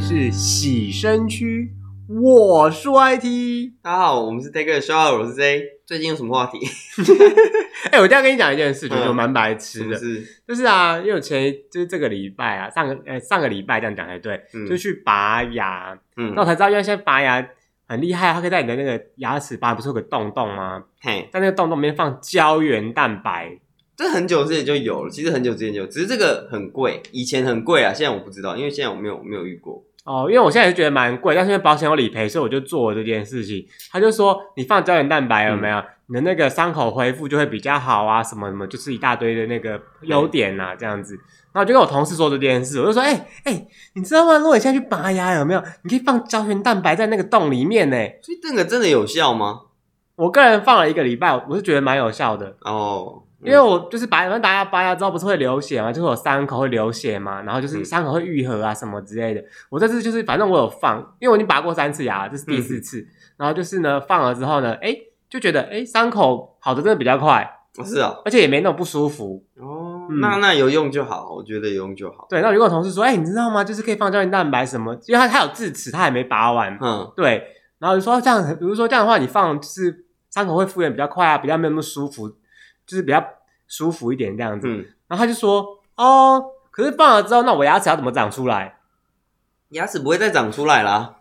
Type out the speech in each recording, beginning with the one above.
是洗身躯我摔梯。大家好，我们是 Take a Shower，我是 J。最近有什么话题？哎、我一定要跟你讲一件事，我觉得嗯蛮白是痴不的，是？就是啊，因为我前一就是这个礼拜啊，上个呃上个礼拜这样讲才对，嗯就去拔牙，嗯那我，才知道，因为现在拔牙很厉害，它可以在你的那个牙齿拔，不是有个洞洞吗？嘿，在那个洞洞里面放胶原蛋白，这很久之前就有了，其实很久之前就有，只是这个很贵，以前很贵啊，现在我不知道，因为现在我没有没有遇过。哦，因为我现在是觉得蛮贵，但是因为保险有理赔，所以我就做了这件事情。他就说你放胶原蛋白有没有，你的那个伤口恢复就会比较好啊，什么什么，就是一大堆的那个优点啊，这样子。然后我就跟我同事说这件事，我就说，哎、哎、你知道吗？如果你现在去拔牙有没有，你可以放胶原蛋白在那个洞里面呢。所以这个真的有效吗？我个人放了一个礼拜，我是觉得蛮有效的。哦，嗯因为我就是拔，反正拔牙拔牙之后不是会流血嘛，就会有伤口会流血嘛，然后就是嗯伤口会愈合啊什么之类的。我这次就是反正我有放，因为我已经拔过三次牙了，这是第四次。然后就是呢，放了之后呢，哎，就觉得哎伤口好的真的比较快，哦是啊，而且也没那种不舒服。哦嗯，那那有用就好，我觉得有用就好。对，那我就跟我同事说，哎，你知道吗？就是可以放胶原蛋白什么，因为他他有智齿，他还没拔完。嗯，对，然后就说这样很，比如说这样的话，你放就是伤口会复原比较快啊，比较没有那么舒服，就是比较舒服一点这样子。嗯，然后他就说：“哦，可是放了之后，那我牙齿要怎么长出来牙齿不会再长出来啦，？”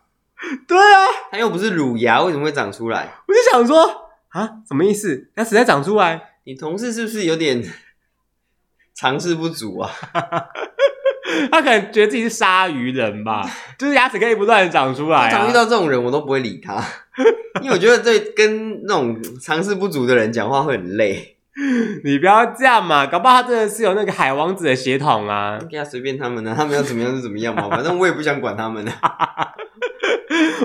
对啊，它又不是乳牙，为什么会长出来？我就想说啊，什么意思？牙齿在长出来？你同事是不是有点 尝试不足啊？他可能觉得自己是鲨鱼人吧，就是牙齿可以不断的长出来、通常遇啊。到这种人，我都不会理他， 因为我觉得对跟那种尝试不足的人讲话会很累。你不要这样嘛，搞不好他真的是有那个海王子的血统啊。给他随便他们呢、他们要怎么样就怎么样嘛，反正我也不想管他们啊。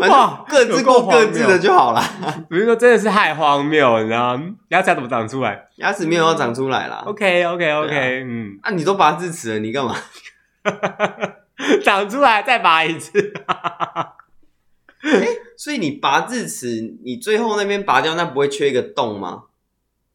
反正各自过各自的就好啦。比如说，真的是太荒谬，你知道吗？牙齿要怎么长出来牙齿没有要长出来啦。 ？OK OK OK，、对嗯，啊，你都拔智齿了，你干嘛？长出来再拔一次。所以你拔智齿，你最后那边拔掉，那不会缺一个洞吗？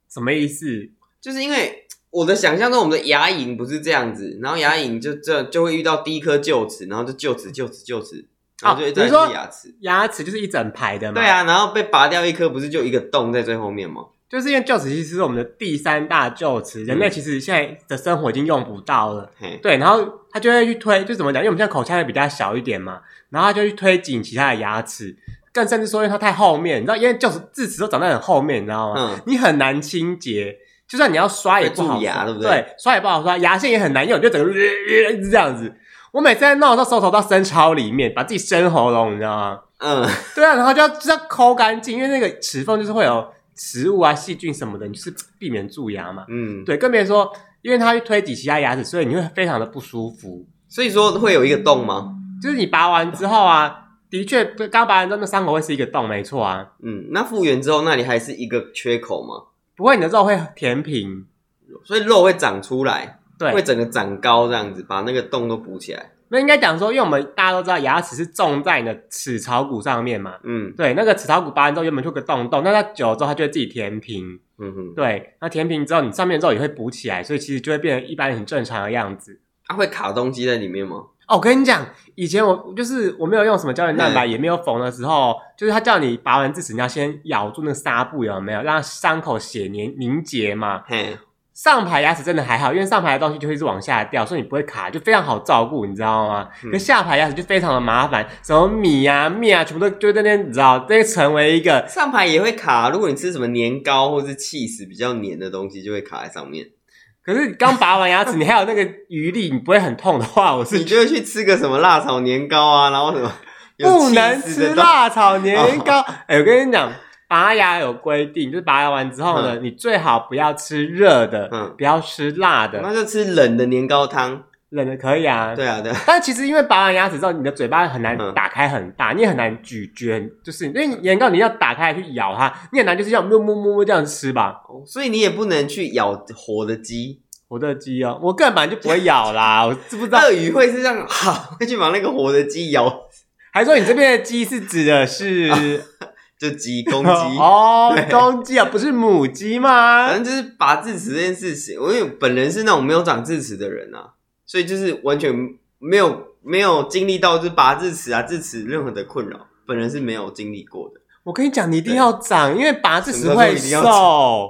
什么意思？就是因为我的想象中，我们的牙龈不是这样子，然后牙龈就这就会遇到第一颗臼齿，然后就臼齿、臼齿、臼齿，然后就一直在哦你说是牙齿。牙齿就是一整排的嘛。对啊，然后被拔掉一颗，不是就一个洞在最后面吗？就是因为臼齿其实是我们的第三大臼齿，嗯人类其实现在的生活已经用不到了。嘿，对，然后他就会去推，就怎么讲？因为我们现在口腔也比较小一点嘛，然后他就去推紧其他的牙齿，更甚至说，因为它太后面，你知道，因为臼齿智齿都长在很后面，你知道吗？嗯，你很难清洁，就算你要刷也不好会蛀牙对不对对？刷也不好刷，牙线也很难用，就整个一直这样子。我每次在闹的时候，手头到深槽里面，把自己伸喉咙，你知道吗？嗯，对啊，然后就要就是要抠干净，因为那个齿缝就是会有食物啊、细菌什么的，你就是避免蛀牙嘛。嗯，对，更别说因为它会推挤其他牙齿，所以你会非常的不舒服。所以说会有一个洞吗？就是你拔完之后啊，的确刚拔完之后那伤口会是一个洞，没错啊。嗯，那复原之后，那里还是一个缺口吗？不过你的肉会填平，所以肉会长出来，会对，整个长高这样子，把那个洞都补起来。那应该讲说，因为我们大家都知道牙齿是种在你的齿槽骨上面嘛。嗯对，那个齿槽骨拔完之后原本就有个洞洞，那它久了之后它就会自己填平。嗯哼，对，那填平之后你上面的肉也会补起来，所以其实就会变成一般很正常的样子。它、啊会卡东西在里面吗？哦，我跟你讲，以前我就是我没有用什么胶原蛋白，也没有缝的时候，就是他叫你拔完智齿，你要先咬住那个纱布，有没有让伤口血凝凝结嘛？嘿，上排牙齿真的还好，因为上排的东西就会一直往下掉，所以你不会卡，就非常好照顾，你知道吗？嗯可下排牙齿就非常的麻烦，什么米啊、面啊，全部都就在那边，你知道，这成为一个上排也会卡。啊如果你吃什么年糕或是 cheese 比较黏的东西，就会卡在上面。可是刚拔完牙齿，你还有那个余力，你不会很痛的话，我你是就会去吃个什么辣炒年糕啊，然后什么有不能 cheese 吃的东哦辣炒年糕。哎、我跟你讲，拔牙有规定，就是拔牙完之后呢，你最好不要吃热的，嗯不要吃辣的，那就吃冷的年糕汤。冷的可以啊。对啊，对啊，但其实因为拔完牙齿之后，你的嘴巴很难嗯打开很大，你也很难咀嚼，就是因为年糕你要打开去咬它，你很难就是要摸摸摸摸这样吃吧。哦所以你也不能去咬活的鸡，我的鸡哦，我个人本来就不会咬啦，我知不 知道？鳄鱼会是这样，哈， 会去把那个活的鸡咬，还说你这边的鸡是指的是就鸡 公鸡。哦对公鸡啊，不是母鸡吗？ 反正就是拔智齿这件事情，我因为本人是那种没有长智齿的人啊，所以就是完全没有没有经历到就是拔智齿啊、智齿任何的困扰，本人是没有经历过的，我跟你讲，你一定要长，因为拔智什齿么时候会一定要瘦，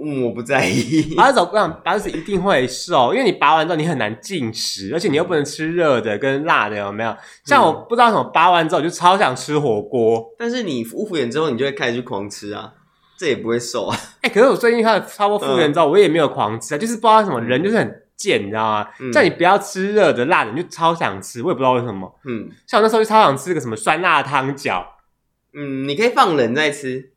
嗯，我不在意。 拔智齿我跟你讲，拔智齿一定会瘦，因为你拔完之后你很难进食，而且你又不能吃热的跟辣的，有没有？嗯像我不知道为什么拔完之后我就超想吃火锅，但是你敷敷眼之后，你就会开始去狂吃啊，这也不会瘦啊。哎、可是我最近开始超过复原之后，我也没有狂吃啊，就是不知道为什么人就是很贱，你知道吗？嗯叫你不要吃热的辣的，你就超想吃，我也不知道为什么。嗯像我那时候就超想吃个什么酸辣汤饺，嗯，你可以放冷再吃，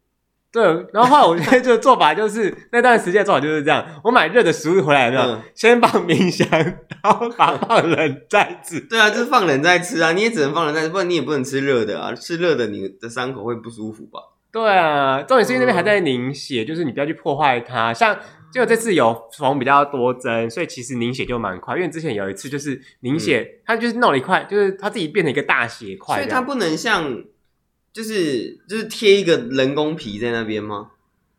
对，然后后来我 现在就做法就是那段时间的做法就是这样，我买热的食物回来有没有？嗯先放冰箱，然后把它放冷再吃。对啊，就是放冷再吃啊，你也只能放冷再吃，不然你也不能吃热的啊，吃热的你的伤口会不舒服吧？对啊，重点是因为那边还嗯在凝血，就是你不要去破坏它。像就这次有缝比较多针，所以其实凝血就蛮快。因为之前有一次就是凝血，它就是弄了一块，就是它自己变成一个大血块这嗯所样，以它不能像就是就是贴一个人工皮在那边吗？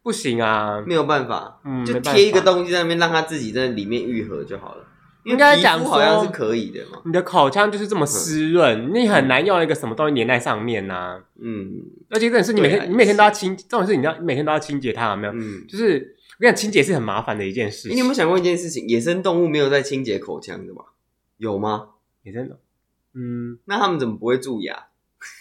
不行啊，没有办法，嗯，就没办贴一个法东西在那边，让它自己在里面愈合就好了。因应为该皮讲肤好像说是可以的嘛。你的口腔就是这嗯么湿润，你很难用一个什么东西粘在上面啊呐、嗯而且这种事，你每对啊天你每天都要清，这种事你要你每天都要清洁它，有没有？嗯、就是我跟你讲，清洁是很麻烦的一件事诶情。你有没有想过一件事情？野生动物没有在清洁口腔的吧？有吗？也真的，嗯，那他们怎么不会蛀牙？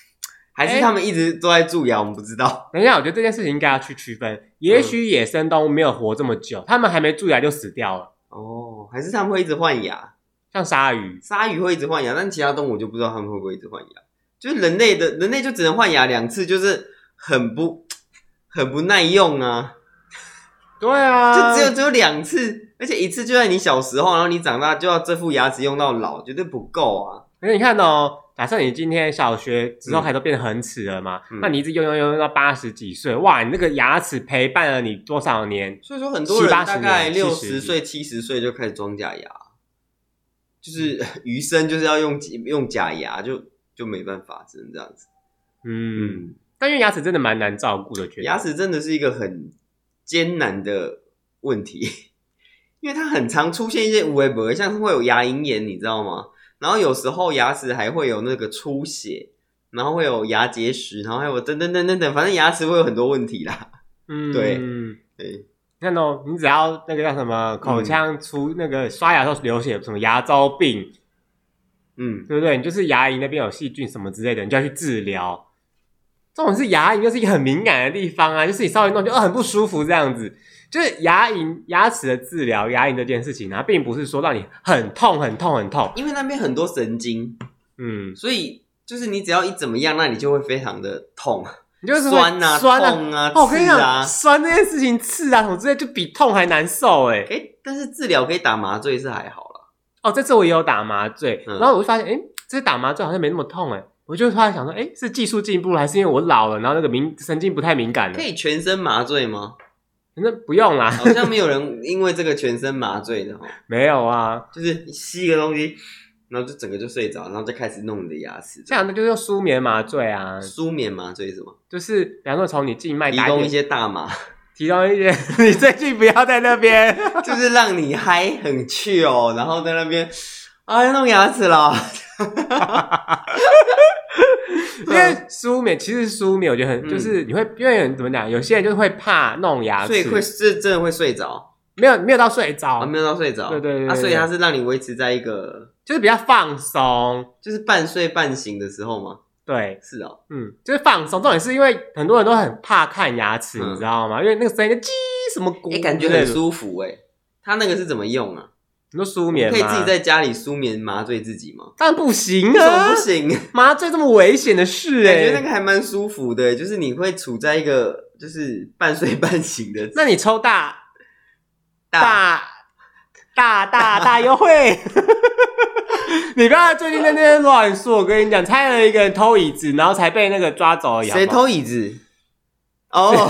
还诶是他们一直都在蛀牙？我们不知道。等一下，我觉得这件事情应该要去区分。也许野生动物没有活这么嗯久，它们还没蛀牙就死掉了，哦，还是他们会一直换牙？像鲨鱼。鲨鱼会一直换牙，但其他动物我就不知道他们会不会一直换牙。就是人类的，人类就只能换牙两次，就是很不很不耐用啊，对啊，就只有只有两次，而且一次就在你小时候，然后你长大就要这副牙齿用到老，绝对不够啊。可是你看哦，假设你今天小学之后还都变得很齿了嘛，嗯那你一直用用用用到八十几岁，哇，你那个牙齿陪伴了你多少年？所以说，很多人七八十大年概七十六十岁、七十岁就开始装假牙，就是余生就是要用用假牙，就就没办法，只能这样子。嗯，，但因为牙齿真的蛮难照顾的，我觉得牙齿真的是一个很艰难的问题，因为它很常出现一些无微不微，像是会有牙龈炎，你知道吗？然后有时候牙齿还会有那个出血，然后会有牙结石，然后还有等等等等等，反正牙齿会有很多问题啦。嗯，对你对，看哦，你只要那个叫什么口腔出那个刷牙的时候流血，什么牙周病，嗯，对不对？你就是牙龈那边有细菌什么之类的，你就要去治疗。这种是牙龈，就是一个很敏感的地方啊，就是你稍微弄就哦很不舒服这样子。就是牙龈牙齿的治疗，牙龈这件事情啊，并不是说让你很痛很痛很痛，因为那边很多神经，嗯，所以就是你只要一怎么样，那你就会非常的痛，你就是会酸啊、酸啊。痛啊、哦，我跟你刺啊讲，。酸这件事情，刺啊什么之类，就比痛还难受哎、哎、但是治疗可以打麻醉是还好啦。哦，这次我也有打麻醉，嗯然后我就发现，哎，这次打麻醉好像没那么痛哎。我就突然想说，哎，是技术进步了，还是因为我老了，然后那个敏神经不太敏感了可？以全身麻醉吗？反正不用啦， 好像没有人因为这个全身麻醉的哈，哦没有啊。就是吸一个东西，然后就整个就睡着，然后再开始弄你的牙齿。这样的就是用舒眠麻醉啊，舒眠麻醉是什么？就是比方说从你静脉提打供点一些大麻， 提供一些， 你最近不要在那边。就是让你嗨很去哦，然后在那边啊要弄牙齿了， 因哦为舒眠其实舒眠，我觉得很、嗯就是你会因为怎么讲，有些人就是会怕弄牙 所以齿，会是真的会睡着没有没有到睡着，啊，没有到睡着，对对对对啊，所以对它是让你维持在一个就是比较放松。就是半睡半醒的时候吗？对，是哦，嗯，就是放松。重点是因为很多人都很怕看牙齿，嗯你知道吗？因为那个声音就叽什么咕，哎、感觉很。舒服哎、它那个是怎么用啊？你说舒我们眠可吗？以自己在家里舒眠麻醉自己 吗？当然不行为什么啊 不！ 行？麻醉这么危险的事、感觉欸，那个还蛮舒服的，就是你会处在一个就是半睡半醒的那你抽大大大大大大优惠。 你不要最近在那边乱说，我跟你讲，猜了一个人偷椅子，然后才被那个抓走了。 谁？偷 椅子？哦，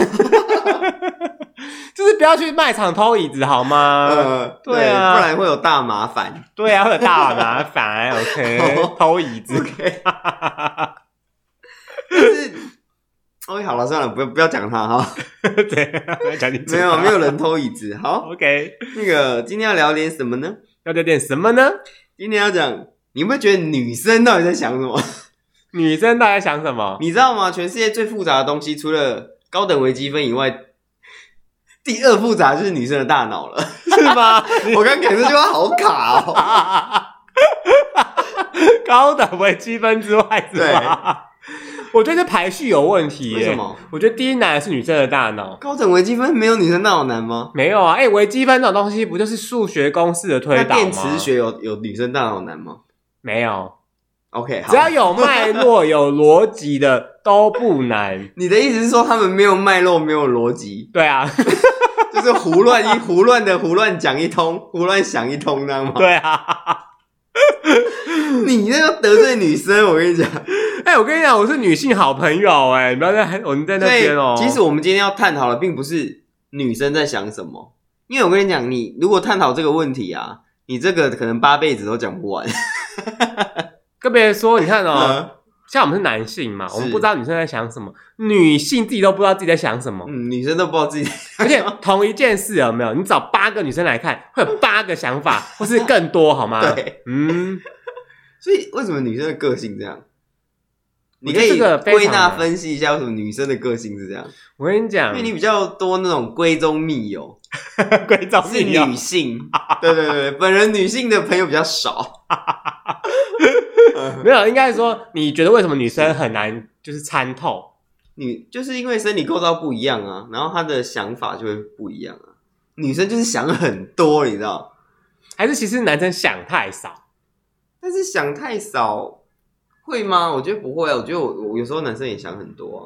就是不要去卖场偷椅子好吗？呃， 对啊不然会有大麻烦。对啊，会有大麻烦。OK，偷 椅子。哦 OK，就是，OK，好了，算了，不要不要讲 他哈， 对，啊讲你没有没有人偷椅子。好， OK，那个今天要聊点什么呢？要聊点什么呢？今天要讲你会觉得女生到底在想什么？女生大概想什么？你知道吗？全世界最复杂的东西，除了高等微积分以外，第二复杂就是女生的大脑了， 是 吗？我刚感觉这句话好卡哦。高等微积分之外是吧？我觉得这排序有问题耶。为什？么我觉得第一难的是女生的大脑。高等微积分没有女生大脑难吗？没有啊，哎、微积分这种东西不就是数学公式的推那导吗？电磁学有有女生大脑难吗没有， ？OK，好只。要有脉络、有逻辑的都不难。你的意思是说他们没有脉络，没有逻辑，对 啊，就是胡乱一胡乱的胡乱讲一通，胡乱想一通，知道吗？ 对啊。你那个得罪女生，我跟你讲。哎、我跟你讲，我是女性好朋友哎、你不要在我们在那所以边哦、其实我们今天要探讨的并不是女生在想什么，因为我跟你讲，你如果探讨这个问题啊，你这个可能八辈子都讲不完。跟别人说，你看哦、嗯像我们是男性嘛，是我们不知道女生在想什么，女性自己都不知道自己在想什么。 嗯，女生都不知道自己。而且同一件事有没有？你找八个女生来看，会有八个想法，或是更多，好吗？对，嗯，所以为什么女生的个性这样？你我觉可得以这个非常归纳难分析一下为什么女生的个性是这样，我跟你讲因为，你比较多那种闺中密友，鬼找是 密友女性。对对对，对本人女性的朋友比较少。没有，应该说你觉得为什么女生很难就是参透？女就是因为身体构造不一样啊，然后她的想法就会不一样啊。女生就是想很多，你知道。还是其实男生想太少？但是想太少会吗？我觉得不会啊。我觉得我我有时候男生也想很多、啊。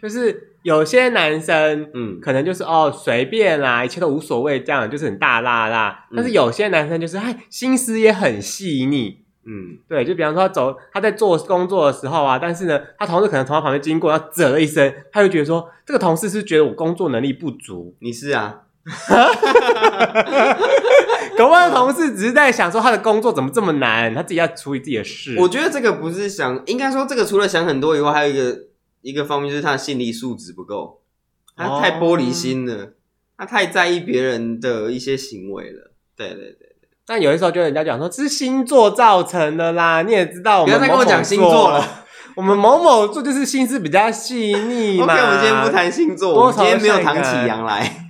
就是有些男生嗯，可能就是哦随便啦，一切都无所谓，这样就是很大啦啦。嗯但是有些男生就是哎心思也很细腻。嗯，对，就比方说他走，他在做工作的时候啊，但是呢，他同事可能从他旁边经过，然后啧了一声，他就觉得说，这个同事是觉得我工作能力不足，你是啊，搞不好同事只是在想说他的工作怎么这么难，他自己要处理自己的事。我觉得这个不是想，应该说这个除了想很多以外，还有一个一个方面就是他的心理素质不够，哦他太玻璃心了，他太在意别人的一些行为了。对对对，但有的时候就人家讲说，这是星座造成的啦，你也知道我不们要再跟我某某讲星座了。我们某某座就是心思比较细腻 OK，我嘛。们今天不。谈星座，我多们愁今天没有善唐启感阳来。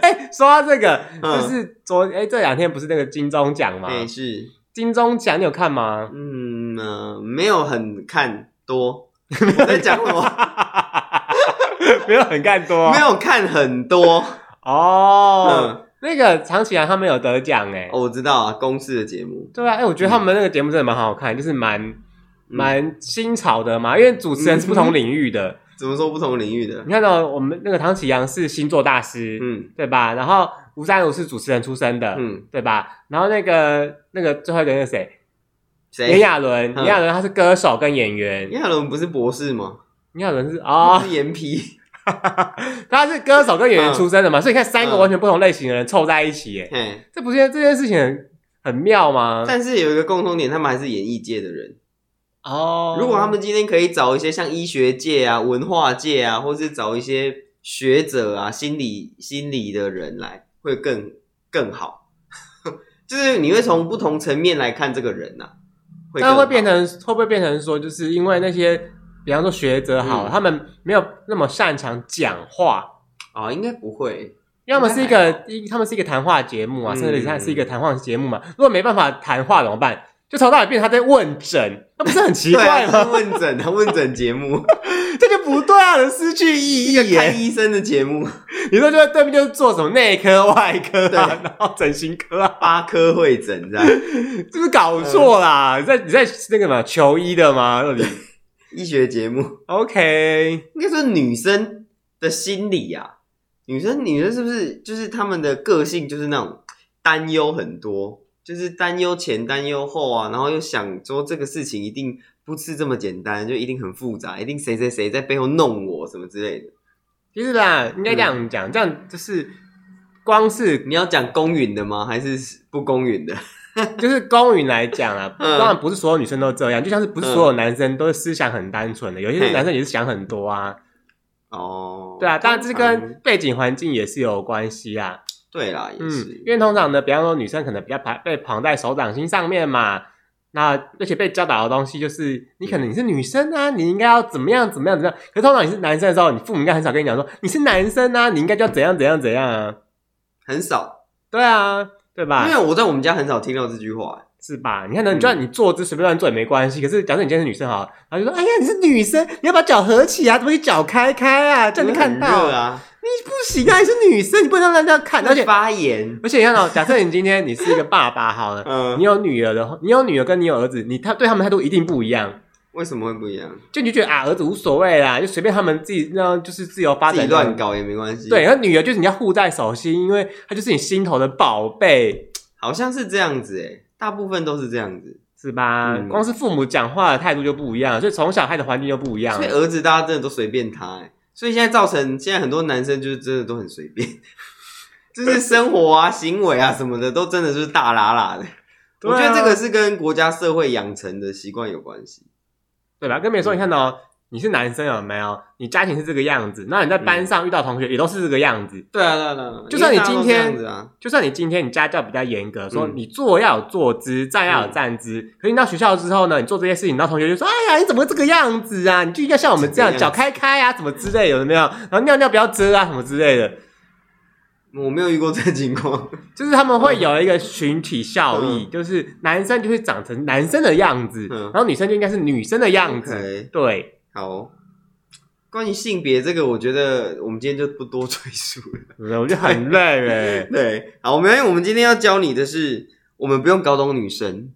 哎、说到这个，嗯就是昨哎、这两天不是那个金钟奖吗？对，是，金钟奖你有看吗？ 嗯、呃没有很看多。我在讲 什么？没有很看多，啊没有看很多。哦。嗯，那个常启阳他们有得奖哎、哦我知道啊，公式的节目，对啊，哎、我觉得他们那个节目真的蛮好看，就是蛮嗯蛮新潮的嘛，因为主持人是不同领域的。怎么说不同领域的？你看到我们那个唐启阳是星座大师，嗯对吧？然后吴三如是主持人出身的，嗯，对吧？然后那个那个最后一个那个谁，炎谁？亚纶，嗯炎亚纶他是歌手跟演员，炎亚纶不是博士吗？炎亚纶是啊， 是岩皮。他是歌手跟演员出身的嘛，所以你看三个嗯完全不同类型的人凑在一起，耶，嘿，这不是这件事情很很妙吗？但是有一个共同点，他们还是演艺界的人。哦，如果他们今天可以找一些像医学界啊、文化界啊，或是找一些学者啊、心理心理的人来，会更更好。 就是你会从不同层面来看这个人呐、啊，会那更会变好成会不会变成说，就是因为那些比方说学者好了，嗯他们没有那么擅长讲话，哦，应该不会。因为他们是一应该个一他们是一个谈话节目啊，嗯甚至是一个谈话节目嘛。如果没办法谈话怎么办？就从头到尾变成他在问诊，那不是很奇对怪啊，吗是？问诊啊，问诊节目。 这就不对啊，失去意一个义耶看。医生的节目，你说就在对面就是做什么内科、外科啊，对然后整形科啊，八科会诊这样，是不是搞错啦？嗯你在你在那个嘛求医的吗？ 到底医学节目 OK？应该说女生的心理啊，女生女生是不是就是她们的个性就是那种担忧很多，就是担忧前担忧后啊，然后又想说这个事情一定不是这么简单，就一定很复杂，一定谁谁谁在背后弄我什么之类的。其实嗯啦，应该这样讲，这样就是光是 你要讲公允的吗？还是不公允的？就是公允来讲啊，嗯当然不是所有女生都这样，就像是不是所有男生都是思想很单纯嗯的，有些男生也是想很多啊，哦，对啊，当然这通常跟背景环境也是有关系啊。对啦，也嗯是，，因为通常呢，比方说女生可能比较排被绑在手掌心上面嘛，那而且被教导的东西就是，你可能你是女生啊，你应该要怎么样怎么样怎么样。可是通常你是男生的时候，你父母应该很少跟你讲说你是男生啊，你应该就要怎样怎样怎样啊，很少，对啊，对吧因？为我在我们家很少听到这句话、是吧？你看嗯呢，你就算你坐姿随便乱坐也没关系，可是假设你今天是女生好了，然后就说哎呀你是女生，你要把脚合起啊，怎么脚开开啊，这样因你为看到很热嗯啊，你不行啊，你是女生，你不能让人家看，而且会发炎，而且你看到、假设你今天你是一个爸爸好了。嗯你，有女儿的话，你有女儿跟你有儿子，你他对他们态度一定不一样。为什么会不一样？就你就觉得啊，儿子无所谓啦，就随便他们自己让就是自由发自己展，乱。搞也没关系，对，，然后女儿就是你要护在手心，因为她就是你心头的宝贝，好像是这样子诶、欸大部分都是这样子，是吧？嗯光是父母讲话的态度就不一样，所以从小孩的环境就不一样所以。儿子大家真的都随便他、欸，所以现在造成现在很多男生就是真的都很随便， 就是生活啊、行为啊什么的都真的就是大拉拉的。对啊我觉得这个是跟国家社会养成的习惯有关系。对吧？跟别人说，你看哦，你是男生有没有？你家庭是这个样子，那你在班上遇到同学也都是这个样子。对啊，对啊，对啊就算你因为大家都今天这样子啊，就算你今天你家教比较严格，说嗯你坐要有坐姿，站要有站姿，可是你到学校之后呢，你做这些事情，然后同学就说：“哎呀，你怎么这个样子啊？你就应该像我们这样，这个样子脚开开啊，怎么之类的，有没有？然后尿尿不要遮啊，什么之类的。”我没有遇过这情况。就是他们会有一个群体效益，就是男生就会长成男生的样子，嗯然后女生就应该是女生的样子。 OK，对，好。关于性别这个，我觉得我们今天就不多赘述了。我就很累哎。对，好，没关系。我们今天要教你的是，我们不用搞懂女生，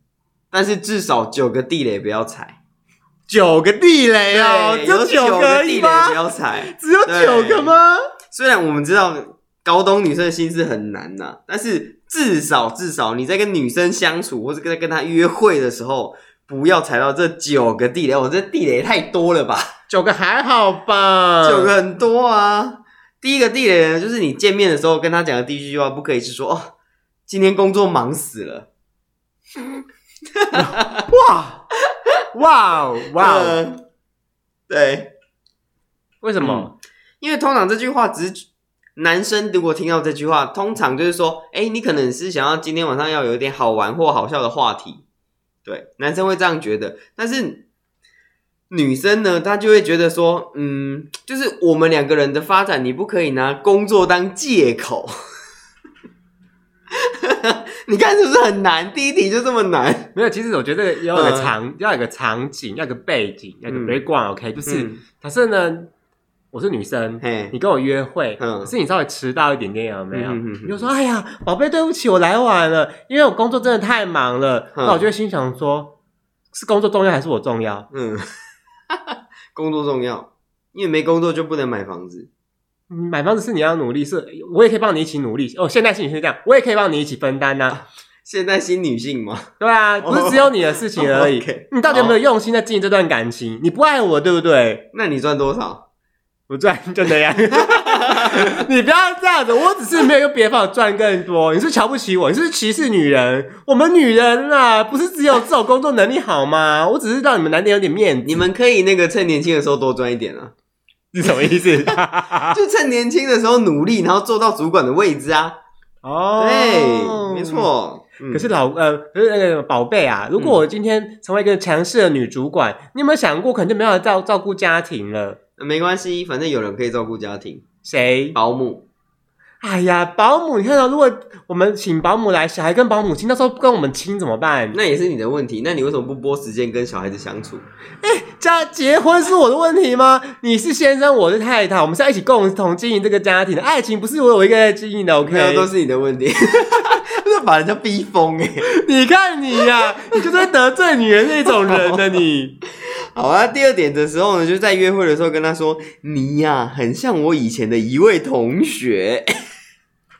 但是至少九个地雷不要踩。 九个地雷哦，对这有哎九个个而地已雷吗不？要踩。只有九个吗？虽然我们知道搞懂女生的心思很难呐、但是至少至少你在跟女生相处，或是在跟她约会的时候，不要踩到这九个地雷。哦我、这地雷太多了吧？九个还好吧？九个很多啊。第一个地雷呢，就是你见面的时候跟他讲的第一句话，不可以是说哦，今天工作忙死了。哇哇哦哇哦！呃对，为什嗯么？因为通常这句话只是男生如果听到这句话，通常就是说，哎、你可能是想要今天晚上要有一点好玩或好笑的话题，对，男生会这样觉得，但是。女生呢，她就会觉得说，嗯，就是我们两个人的发展，你不可以拿工作当借口。 你看是不是很难？第一题就这么难，没有，其实我觉得要有个嗯场，要有个场景，要有个背景，要有个嗯 background，OK，、就是、嗯假设呢，我是女生，嘿你，跟我约会，嗯可是你稍微迟到一点点有没有？嗯嗯嗯嗯你就说，哎呀，宝贝，对不起，我来晚了，因为我工作真的太忙了。嗯那我就会心想说，是工作重要还是我重要？嗯，工作重要，因为没工作就不能买房子。嗯买房子是你要努力，是我也可以帮你一起努力。哦，现在心情是这样，我也可以帮你一起分担哦呐、现在新女性嘛，对啊，不是只有你的事情而已。 OK 你到底有没有用心在经营这段感情？你不爱我，对不对？那你赚多少？我赚就那 样，你不要这样子。我只是没有用别的方法赚更多。你是瞧不起我，你是歧视女人。我们女人啊，不是只有这种工作能力好吗？我只是让你们男的有点面 子。你们可以那个趁年轻的时候多赚一点啊，是什么意思？就趁年轻的时候努力，然后做到主管的位置啊。哦对，没。错。嗯可是老呃，可是那个宝贝啊，如果我今天成为一个强势的女主管，你有没有想过，可能就没有照照顾家庭了？没关系，反正有人可以照顾家庭，谁？保姆。哎呀，保姆，你看到、如果我们请保姆来，小孩跟保姆亲，那时候不跟我们亲怎么办？那也是你的问题，那你为什么不拨时间跟小孩子相处？家结婚是我的问题吗？你是先生，我是太太，我们是要一起共同经营这个家庭的，爱情不是我我一个人经营的。没有， OK， 都是你的问题，那把人家逼疯哎、你看你呀、 你就是会得罪女人那种人的你。好啊，第二点的时候呢，就在约会的时候跟他说：“你呀、很像我以前的一位同学。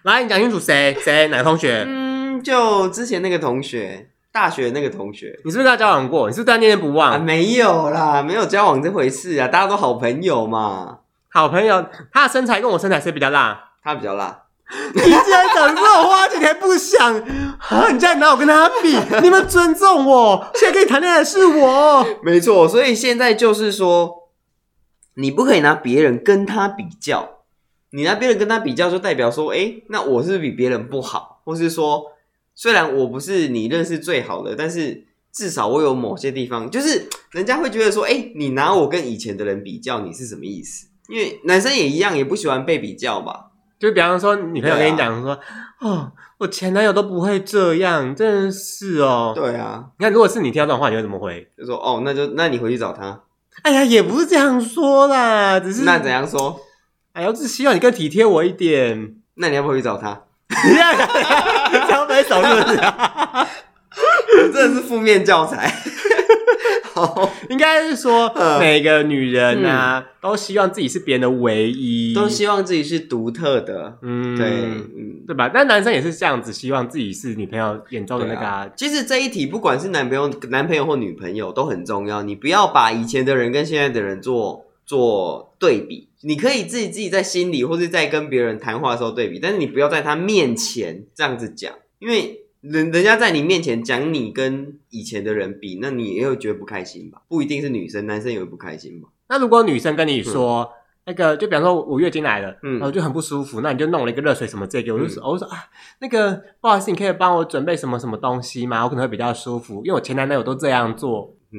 来，你讲清楚谁谁哪个同”学？嗯，就之前那个同学，大学那个同学你是不是跟他交往过？你是不是对他念念不忘？啊，没有啦，没有交往这回事啊，大家都好朋友嘛。好朋友，他的身材跟我身材谁比较 辣？他比较辣，你竟然讲这种话，你还不想啊？你竟然拿我跟他比？你们尊重我，现在跟你谈恋爱的是我。没错。所以现在就是说，你不可以拿别人跟他比较，你拿别人跟他比较，就代表说，哎，那我是不是比别人不好，或是说，虽然我不是你认识最好的，但是至少我有某些地方，就是人家会觉得说，哎，你拿我跟以前的人比较，你是什么意思？因为男生也一样，也不喜欢被比较吧。就比方说，女朋友跟啊你讲说，哦，我前男友都不会这样，真的是哦。对啊，你看，如果是你听到这种话，你会怎么回？就说哦，那就那你回去找他，哎呀，也不是这样说啦，只是那怎？样说？哎呀，我只希望你更体贴我一 点。那你要不要回去找他？ 你看，张飞手是啊，真的是负面教材。好，应该是说 嗯每个女人啊，都希望自己是别人的唯一，都希望自己是独特的。嗯，对，嗯，对吧？但男生也是这样子，希望自己是女朋友眼中的那个、啊其实这一题不管是男朋友、男朋友或女朋友都很重要，你不要把以前的人跟现在的人做做对比，你可以自己自己在心里或是在跟别人谈话的时候对比，但是你不要在他面前这样子讲，因为人人家在你面前讲你跟以前的人比，那你也会觉得不开心吧？不一定是女生，男生也会不开心吧？那如果女生跟你说。那个，就比方说，我月经来了，嗯然后就很不舒服，那你就弄了一个热水什么这个，我就说，我就说啊，那个不好意思，你可以帮我准备什么什么东西吗？我可能会比较舒服，因为我前男友都这样做，嗯，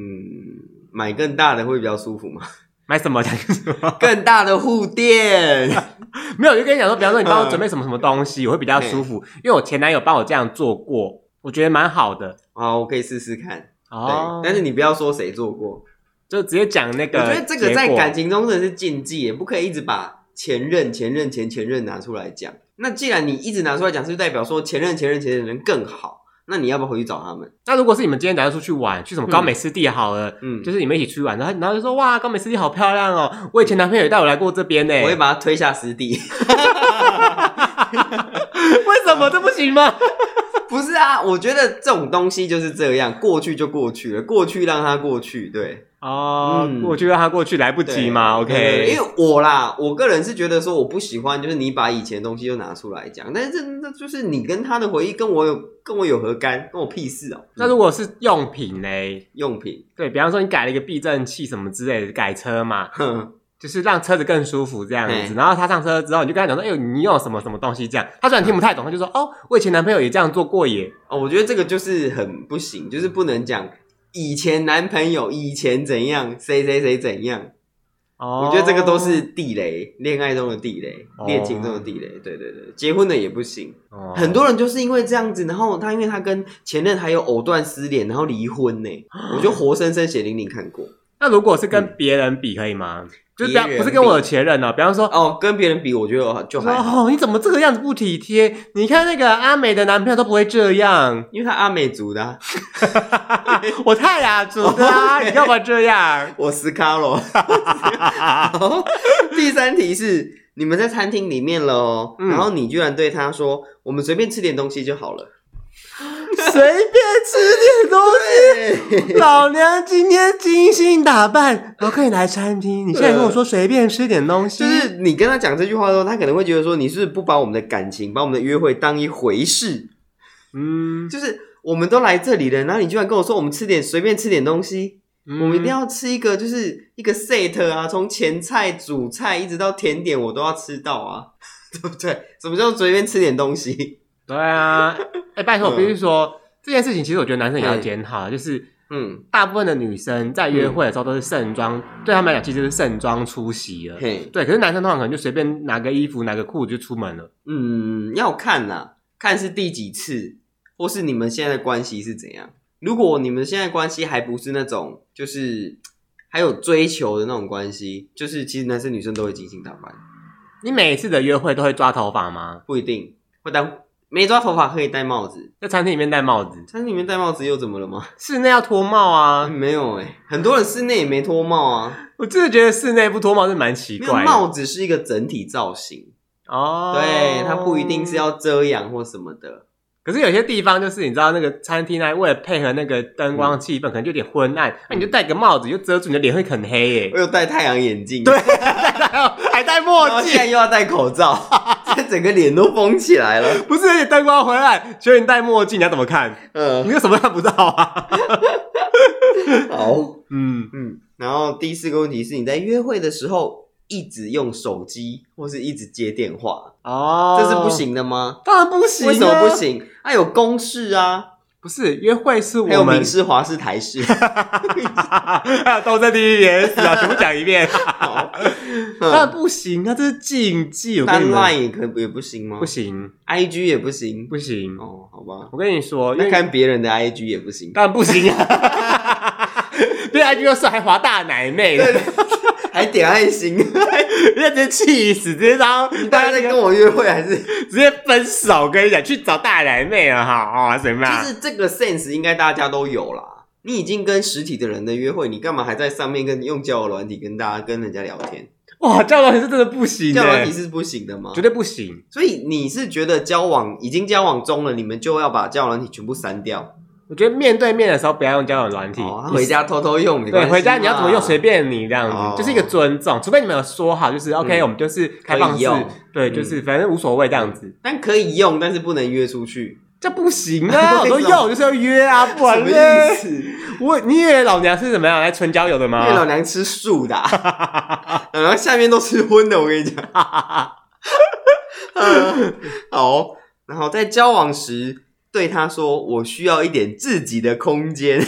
买更大的会比较舒服吗？买什么讲什么， 更大的护垫。 没有，我就跟你讲说，比方说你帮我嗯准备什么什么东西，我会比较舒服，因为我前男友帮我这样做过，我觉得蛮好的好，我可以试试看。对，哦。但是你不要说谁做过。就直接讲那我个结觉果，得这个在感情中真的是禁忌，也不可以一直把前任、前任、前前任拿出来讲。那既然你一直拿出来讲，是不是代表说前任、前任、前任更好？那你要不要回去找他们？那如果是你们今天打算出去玩，去什么高美湿地好了，嗯，就是你们一起出去玩，然后然后就说哇，高美湿地好漂亮哦，我以前男朋友也带我来过这边呢，我会把他推下实地。 为什么这不行 吗？不是啊，我觉得这种东西就是这样，过去就过去了，过去让它过去。对，哦，嗯我觉得他过去来不及嘛对对对，OK，因为我啦，我个人是觉得说我不喜欢，就是你把以前的东西又拿出来讲，但是这那就是你跟他的回忆跟我有跟我有何干，跟我屁事哦、那如果是用品嘞，用品，对比方说你改了一个避震器什么之类的，改车嘛，哼，就是让车子更舒服这样子。嗯然后他上车之后，你就跟他讲说，哎呦，你用什么什么东西这样？他虽然听不太懂，他就说，哦，我以前男朋友也这样做过耶。哦，我觉得这个就是很不行，就是不能讲以前男朋友以前怎样，谁谁谁怎样，哦，我觉得这个都是地雷，恋爱中的地雷哦，恋情中的地雷，对对对，结婚的也不行，哦很多人就是因为这样子，然后他因为他跟前任还有藕断丝连，然后离婚呢，啊我就活生生血淋淋看过。那如果是跟别人比可以吗？就不要嗯别人不是跟我的前任哦，比方说。哦，跟别人比，我觉得就还好，哦，你怎么这个样子不体贴？你看那个阿美的男朋友都不会这样， 因为他阿美族的啊、我泰雅族的啊， 哦，OK 你干嘛这 样？我斯卡罗。第三题是，你们在餐厅里面了哦，嗯然后你居然对他说：“我们随便吃点东西就好了。随便吃点东 西。老娘今天精心打扮，我可以来餐厅。你现在跟我说随便吃点东”西，就是你跟他讲这句话的时候，他可能会觉得说：“你是不是不把我们的感情、把我们的约会当一回事？”嗯，就是我们都来这里了，然后你居然跟我说我们吃点随便吃点东西，我我们一定要吃一个就是一个 set 啊，从前菜、主菜一直到甜点，我都要吃到啊， 对不对？什么叫随便吃点东西？对 啊。哎，拜托，嗯我必须说这件事情，其实我觉得男生也要检讨，就是。嗯，大部分的女生在约会的时候都是盛装，对他们来讲其实是盛装出席了。嘿，对，可是男生通常可能就随便拿个衣服、拿个裤子就出门了。嗯，要看啦、看是第几次，或是你们现在的关系是怎样。如果你们现在关系还不是那种就是还有追求的那种关系，就是其实男生女生都会精心打扮，你每次的约会都会抓头发吗？不一定会当没抓头发可以戴帽子，在餐厅里面戴帽子，餐厅里面戴帽子又怎么了吗？ 室内要脱帽啊！没有哎、很多人室内也没脱帽啊，我真的觉得室内不脱帽是蛮奇没有怪的。帽子是一个整体造型，哦，对，它不一定是。要遮阳或什么的。可是有些地方就是你知道那个餐厅啊，为了配合那个灯嗯光气氛，可能就有点昏暗，那、你就戴个帽子就遮住你的脸，会很黑耶 我。有戴太阳眼镜，对，还有还戴然墨后现在镜，又要戴口罩， 现在整个脸都封起来了。不是，而且灯光昏暗，所以你戴墨镜，你要怎么看？你嗯，有什么看不到啊？ 好，嗯，嗯嗯，然后第四个问题是你在约会的时候一直用手机或是一直接电话，哦，这是不，行的吗？当然不行、啊，为什么不？行？啊，有公事啊，不是约会是还有我们民，事、华事、台 事。还有斗争第一年死啊，全部讲一遍。 好嗯当然不行啊，这是禁忌。我跟但你们 Line 也可也不行吗？不行， ，IG 也不行。不行。哦，好吧，我跟你说，因那为看别人的 IG 也不行。当然不行 啊。对 IG 又是还滑大奶妹，对， 还点爱心， 那直接气死，直接当大家在跟我约会还是？就直接分手。跟你讲，去找大奶妹了哈，哦，怎么样？是这个 sense 应该大家都有啦。你已经跟实体的人的约会，你干嘛还在上面跟用交友软体跟大家跟人家聊天？哇，交友软体是真的不行、欸，交友软体是不行的吗绝？对不行。所以你是觉得交往已经交往中了，你们就要把交友软体全部删掉？我觉得面对面的时候不要用交友软体，哦，啊回家偷偷用没对关系嘛。啊回家你要怎么用随便你这样子，哦就是一个尊重，除非你们有说好，就是 OK，、嗯我们就是开放可以式用，对，嗯就是反正无所谓这样子，但可以用，但是不能约出去，这不行啊！我说 为什么要我就是要约啊，不什然么呢意？思？因我你以为老娘是怎么样来纯交友的为老吗？娘吃素的、啊， 老娘下面都吃荤的，我跟你讲。 嗯好，然后在交往时对他说：“我需要一点自己的空间。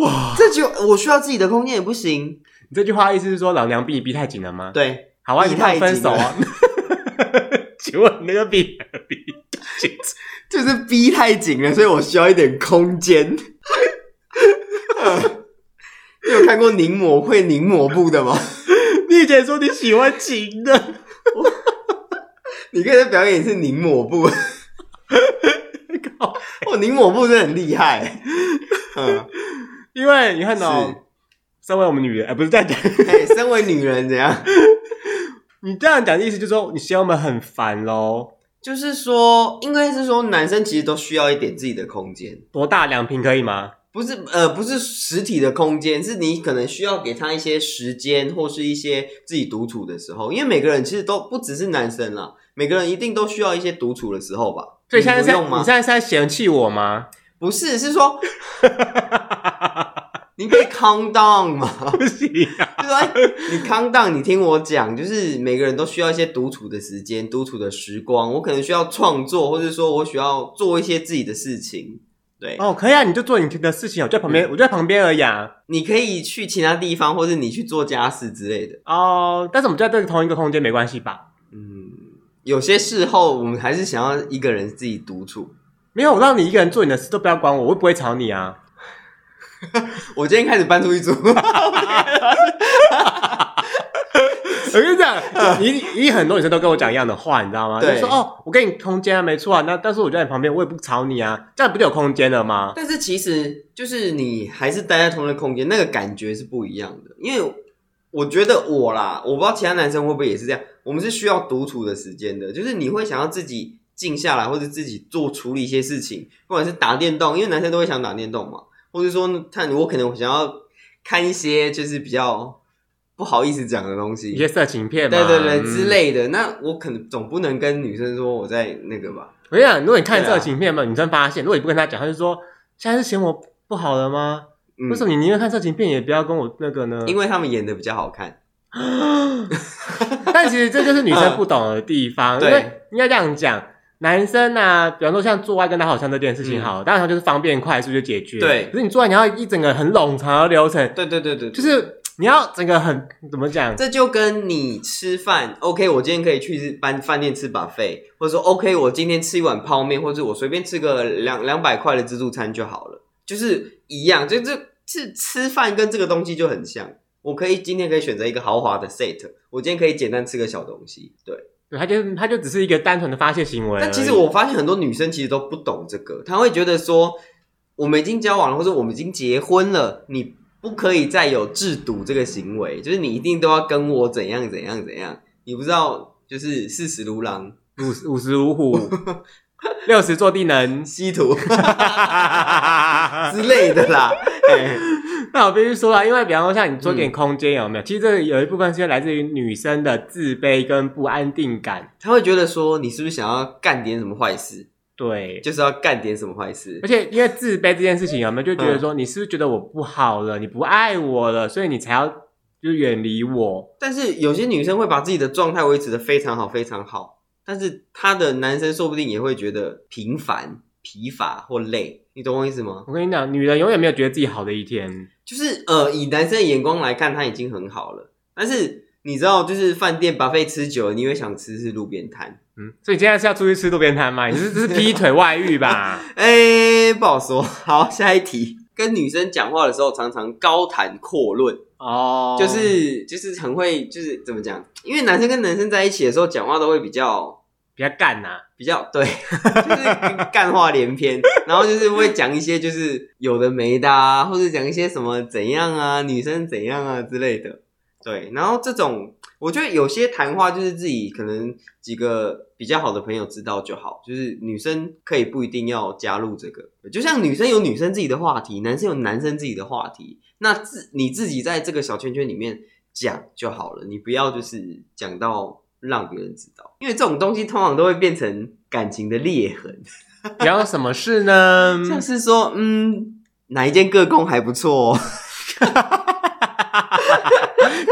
哇，”这就我需要自己的空间也不行，你这句话意思是说老娘逼你逼太紧了吗？对，好啊，逼你那太分紧手啊？ 请问你那个逼逼紧？就是逼太紧了，所以我需要一点空间。 嗯你有看过凝抹会凝抹布的吗？你以前说你喜欢紧的， 你可以再表演一次凝抹布。靠哦，凝抹布真的很厉害。嗯，因为你看哦是，身为我们女人，哎、不是这样讲， 哎，身为女人怎样？ 你这样讲的意思就是说你嫌我们很烦喽？就是说，应该是说，男生其实都需要一点自己的空间，多大两瓶可以吗？不是呃，不是实体的空间，是你可能需要给他一些时间，或是一些自己独处的时候。因为每个人其实都不只是男生啦，每个人一定都需要一些独处的时候吧。所以现在是你在不用你吗现？在是在嫌弃我 吗？不是，是说你可以 calm down 嘛。不行啊！就是哎，你康荡，你听我讲，就是每个人都需要一些独处的时间、独处的时光。我可能需要创作，或者说我需要做一些自己的事情。对，哦，可以啊，你就做你的事情，我就在旁 边，我就在旁边而已啊。你可以去其他地方，或者你去做家事之类的。哦，但是我们就在这个同一个空间，没关系吧？嗯，有些事后我们还是想要一个人自己独处。没有，我让你一个人做你的事，都不要管我，我又不会吵你 啊。我今天开始搬出一组，我跟你讲，你你很多女生都跟我讲一样的话，你知道吗？就对说哦，我给你空间啊，没错啊，那但是我就在你旁边，我也不吵你啊，这样不就有空间了吗？但是其实就是你还是待在同一个空间，那个感觉是不一样的。因为我觉得我啦，我不知道其他男生会不会也是这样，我们是需要独处的时间的，就是你会想要自己静下来，或者自己做处理一些事情，不管是打电动，因为男生都会想打电动嘛，或者说看我可能想要看一些就是比较不好意思讲的东西一，些色情片嘛，对对对嗯之。类的。那我可能总不能跟女生说我在那个吧，我跟你讲，如果你看对色啊情片嘛，女生发现，如果你不跟她讲，她就说现在是嫌我不好了吗？嗯为什么你宁愿看色情片也不要跟我那个呢？因为他们演的比较好看。 但其实这就是女生不懂的地方， 因嗯对为应该这样讲，男生啊，比方说像做爱跟打好枪这件事情嗯好了，当然他就是方便快速就解决。对可是你做爱你要一整个很冗长的流程，对对对对，对就是你要整个很怎么讲？这就跟你吃饭，OK，我今天可以去饭饭店吃 buffet，或者说 OK，我今天吃一碗泡面，或者我随便吃个两两百块的自助餐就好了，就是一样，就这是吃饭跟这个东西就很像。我可以今天可以选择一个豪华的 set，我今天可以简单吃个小东西，对。对，他就他就只是一个单纯的发泄行为而已。但其实我发现很多女生其实都不懂这个，她会觉得说，我们已经交往了，或者我们已经结婚了，你不可以再有制赌这个行为，就是你一定都要跟我怎样怎样怎样。你不知道，就是四十如狼，。五十五十如虎， 六十坐地能 稀土之类的啦。哎那我必须说啦，啊因为比方说像你说嗯点空间有没有？其实这有一部分是来自于女生的自卑跟不安定感。她会觉得说，你是不是想要干点什么坏事？对，就是要干点什么坏事而。且因为嗯自卑这件事情有没有，就觉得说你是不是觉得我不好了，你不爱我了，所以你才要就是远离我。但是有些女生会把自己的状态维持的非常好，非常好，但是她的男生说不定也会觉得平凡、疲乏或累，你懂我意思吗？我跟你讲，女人永远没有觉得自己好的一天。就是呃，以男生的眼光来看，他已经很好了，但是你知道，就是饭店把费吃久了，你会想吃是路边摊，嗯，所以你现在是要出去吃路边摊吗？你是这是劈腿外遇吧？哎、不好说。好，下一题，跟女生讲话的时候常常高谈阔论。 哦，就是就是很会，就是怎么讲？因为男生跟男生在一起的时候，讲话都会比较比较干呐、比较对，就是干话连篇，然后就是会讲一些就是有的没的啊，或者讲一些什么怎样啊，女生怎样啊之类的。对，然后这种我觉得有些谈话就是自己可能几个比较好的朋友知道就好，就是女生可以不一定要加入这个，就像女生有女生自己的话题，男生有男生自己的话题，那自你自己在这个小圈圈里面讲就好了，你不要就是讲到让别人知道，因为这种东西通常都会变成感情的裂痕，你要什么事呢？像是说嗯哪一间个供还不错、哦，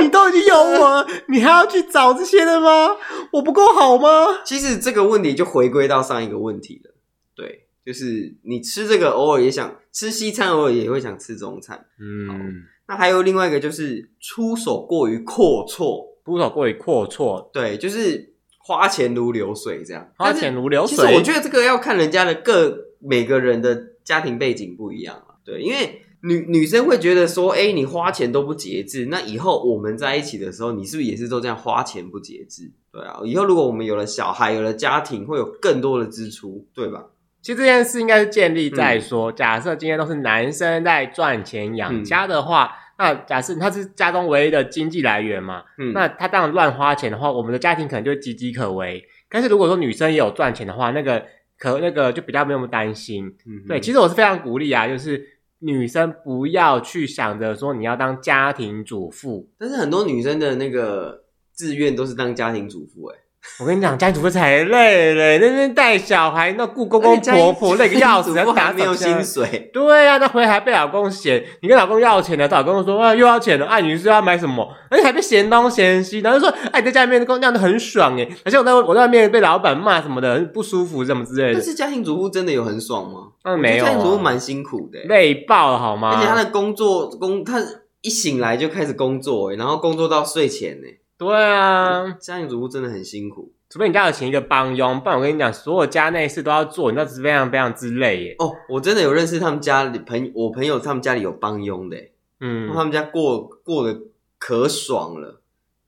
你都已经有我了，你还要去找这些的吗？我不够好吗？其实这个问题就回归到上一个问题了，对，就是你吃这个偶尔也想吃西餐，偶尔也会想吃中餐。嗯，那还有另外一个就是出手过于阔绰，出手过于阔绰，对，就是花钱如流水这样。花钱如流但是水。其实我觉得这个要看人家的各每个人的家庭背景不一样啊，对，因为。女女生会觉得说，哎、你花钱都不节制，那以后我们在一起的时候，你是不是也是都这样花钱不节制？对啊，以后如果我们有了小孩，有了家庭，会有更多的支出，对吧？其实这件事应该是建立嗯在说，假设今天都是男生在赚钱嗯养家的话，那假设他是家中唯一的经济来源嘛，嗯，那他当然乱花钱的话，我们的家庭可能就岌岌可危。但是如果说女生也有赚钱的话，那个可那个就比较没有那么担心。嗯哼对，其实我是非常鼓励啊，就是女生不要去想着说你要当家庭主妇。但是很多女生的那个志愿都是当家庭主妇、哎，我跟你讲，家庭主妇才累嘞，那边带小孩，那顾公公婆婆累个要死， 家庭主妇还打没有扫家薪水，对呀、那回来还被老公嫌，你跟老公要钱了，老公说啊又要钱了，啊你是要买什么？而且还被嫌东嫌西，然后就说哎你在家里面工那样的很爽哎，而且我在我在外面被老板骂什么的很不舒服什么之类但的， 是家庭主妇真的有很爽吗？嗯没有家庭主妇啊，蛮辛苦的、哎累爆了好吗？而且她的工作工，她一醒来就开始工作、哎，然后工作到睡前呢、对啊，家庭主妇真的很辛苦除非你家有请一个帮佣，不然我跟你讲，所有家内事都要做，你知道是非常非常之累耶。哦。我真的有认识他们家里朋，我朋友他们家里有帮佣的、哎他 嗯，们家过过得可爽了，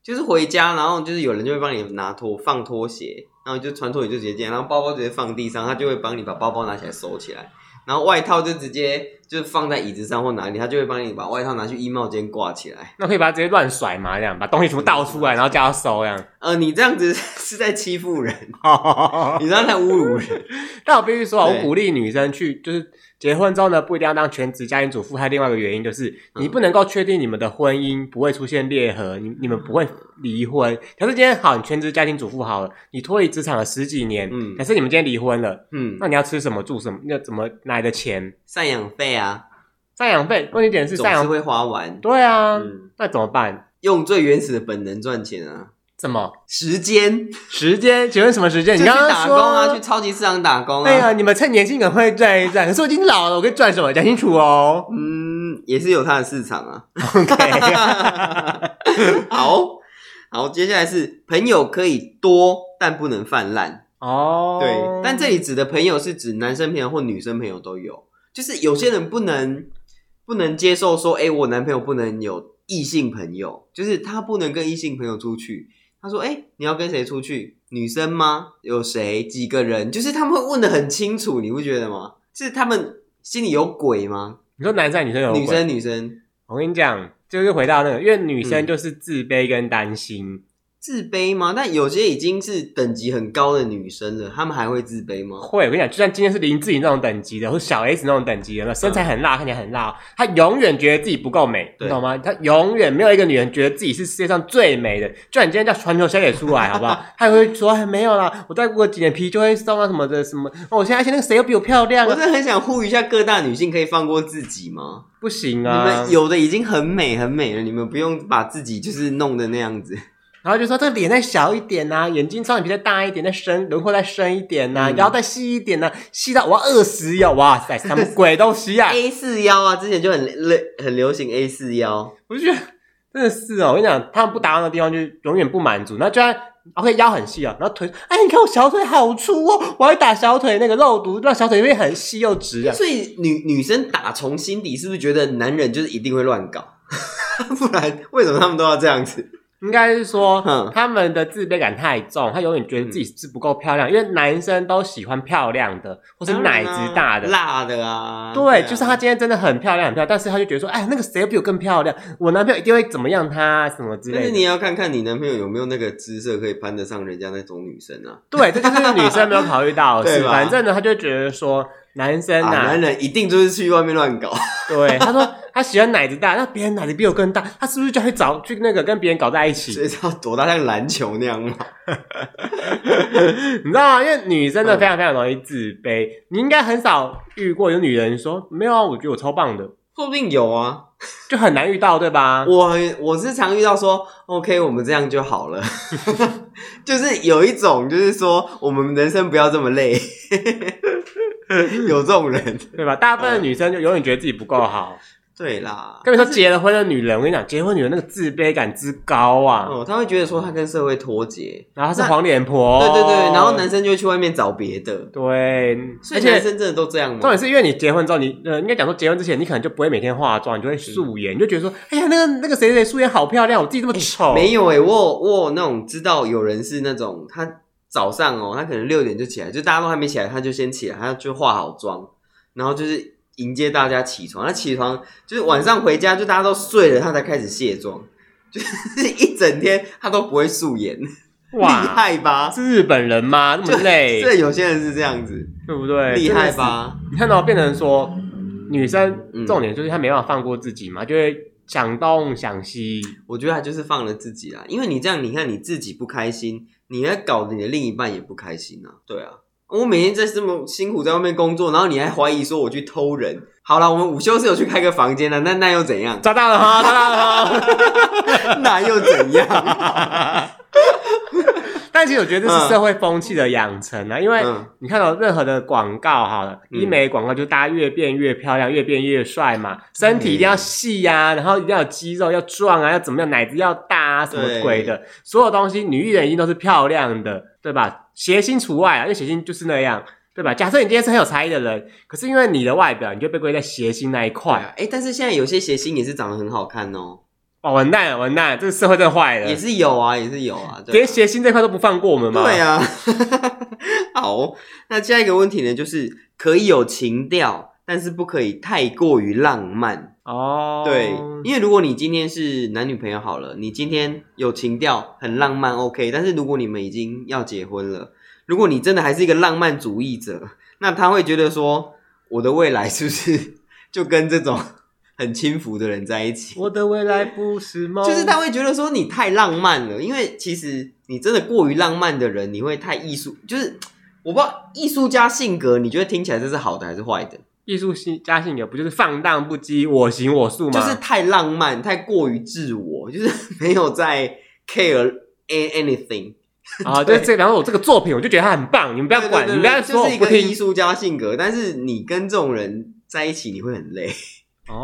就是回家，然后就是有人就会帮你拿拖放拖鞋，然后你就穿拖鞋就直接进来，然后包包直接放地上，他就会帮你把包包拿起来收起来，然后外套就直接就是放在椅子上或哪里，他就会帮你把外套拿去衣帽间挂起来。那可以把它直接乱甩嘛，这样把东西全部倒出来，然后叫他收 这样。呃，你这样子是在欺负人， 你这样在侮辱人。但我必须说啊，对我鼓励女生去，就是结婚之后呢，不一定要当全职家庭主妇。还有另外一个原因就是，嗯你不能够确定你们的婚姻不会出现裂痕，你你们不会离婚。假设今天好，你全职家庭主妇好了，你脱离职场了十几年，嗯假设你们今天离婚了，嗯那，你要吃什么住什么，那怎么来的钱？赡养费啊，赡养费，问题点是总赡是养，会花完。对啊，嗯，那怎么办？用最原始的本能赚钱啊，怎么时间时间？请问什么时间？就你去刚刚打工说啊，去超级市场打工啊。哎呀，你们趁年轻赶快赚一赚，可是我已经老了，我可以赚什么？讲清楚 哦。嗯，也是有它的市场啊。 OK， 好好，接下来是朋友可以多，但不能泛滥。哦，对，但这里指的朋友是指男生朋友或女生朋友都有，就是有些人不能不能接受说，哎、我男朋友不能有异性朋友，就是他不能跟异性朋友出去。他说，哎、你要跟谁出去？女生吗？有谁？几个人？就是他们会问的很清楚，你不觉得吗？是他们心里有鬼吗？你说男生还是女生有女鬼，生，女生嗯我跟你讲，就是回到那个，因为女生就是自卑跟担心，自卑吗？但有些已经是等级很高的女生了，她们还会自卑 吗？会，我跟你讲，就算今天是林志颖那种等级的，或是小 S 那种等嗯级的，身材很辣，看起来很辣，她永远觉得自己不够美，你对懂吗？她永远没有一个女人觉得自己是世界上最美的。就算你今天叫传球小姐出 来，好不好？她也会说、哎、没有啦，我再过几年皮就会松啊什么的什么。哦，我现在而且那个谁又比我漂亮我啊？真的很想呼吁一下各大女性，可以放过自己吗？不行你啊！们有的已经很美很美了，你们不用把自己就是弄得那 样子。然后就说这脸再小一点呐、眼睛双眼皮再大一点，再深轮廓再深一点呐、嗯腰再细一点呐、细到我要饿死哟！哇 塞，什么鬼东西啊！ A 四腰啊，之前就很流很流行 A 四腰，我就觉得真的是哦，我跟你讲，他们不达到的地方就永远不满足。那居然 OK 腰很细哦，然后腿，哎，你看我小腿好粗哦，我还打小腿那个肉毒，让小腿变很细又直 啊。所以女女生打从心底是不是觉得男人就是一定会乱搞？ 不然为什么他们都要这样子？应该是说嗯他们的自卑感太重，他永远觉得自己是不够漂亮，因为男生都喜欢漂亮的或是奶子大的。辣的啊，对，啊就是她今天真的很漂亮，很漂亮，但是她就觉得说，哎，那个谁比我更漂亮，我男朋友一定会怎么样她啊什么之但类是你也的。要看看你男朋友有没有那个姿色可以攀得上人家那种女生啊。对，这就是女生没有考虑到 的事。对吧反正呢，她就觉得说，男生啊，呐、男人一定就是去外面乱搞，对，他说他喜欢奶子大，那别人奶子比我更大，他是不是就会找去那个跟别人搞在一起 所？以要躲到像篮球那样嘛。 你知道吗？因为女生呢嗯非常非常容易自卑，你应该很少遇过有女人说没有啊，我觉得我超棒的，说不定有啊，就很难遇到，对吧？ 我我是常遇到说，OK，我们这样就 好了， 就是有一种就是说，我们人生不要这么累，嗯 有这种人，对吧？大部嗯分的女生就永远觉得自己不够好，对啦，更别说结了婚的女人。我跟你讲，结婚女人那个自卑感之高啊，哦，他会觉得说他跟社会脱节，然后她是黄脸婆，对对对，然后男生就会去外面找别的，对，所而以男且。生真的都这样吗？重点是因为你结婚之后，你呃，应该讲说结婚之前，你可能就不会每天化妆，你就会素嗯颜，你就觉得说，哎呀，那个那个谁谁谁素颜好漂亮，我自己这么丑，没有诶、欸我有我有那种知道有人是那种他早上哦，他可能六点就起来，就大家都还没起来，他就先起来，他就化好妆，然后就是迎接大家起床。他起床就是晚上回家就大家都睡了，他才开始卸妆，就是一整天他都不会素颜，厉哇，害吧？是日本人 吗？那么累，这有些人是这样子，对不对？厉害真的是？吧？你看到变成说，女生嗯重点就是她没办法放过自己嘛，就会想东想西， 我觉得他就是放了自己啦，因为你这样，你看你自己不开心，你还搞得你的另一半也不开心啊。对啊，我每天在这么辛苦在外面工作，然后你还怀疑说我去偷人。好啦，我们午休是有去开个房间的，那那又怎样？抓到了哈，抓到了哈。 那又怎样？但其实我觉得这是社会风气的养成啊，因为嗯你看到任何的广告好了，嗯医美广告就大家越变越漂亮，越变越帅嘛，身体一定要细嗯呀、然后一定要有肌肉，要壮啊，要怎么样，奶子要大啊，什么对鬼的，所有东西女艺人一定都是漂亮的，对吧？谐星除外啊，因为谐星就是那样，对吧？假设你今天是很有才艺的人，可是因为你的外表，你就被归在谐星那一对块，啊，哎、但是现在有些谐星也是长得很好看哦，哇，完蛋了，完蛋了，这个社会真的坏了，也是有啊，也是有啊。对连啊谐星这块都不放过我们吗？对啊， 好，那下一个问题呢，就是可以有情调，但是不可以太过于浪漫。哦，对，因为如果你今天是男女朋友好了，你今天有情调，很浪漫，OK。但是如果你们已经要结婚了，如果你真的还是一个浪漫主义者，那他会觉得说，我的未来是不是就跟这种很轻浮的人在一 起？我的未来不是梦，就是他会觉得说你太浪漫了，因为其实你真的过于浪漫的人，你会太艺术，就是我不知道艺术家性格，你觉得听起来这是好的还是坏的？艺术性加性格不就是放荡不羁、我行我素吗？就是太浪漫，太过于自我，就是 没有在 care a- anything。 啊，就是这，比方说我这个作品，我就觉得它很棒，你们不不要管，你们不要说就我是一不个艺听。术家性格，但是你跟这种人在一起，你会很累。对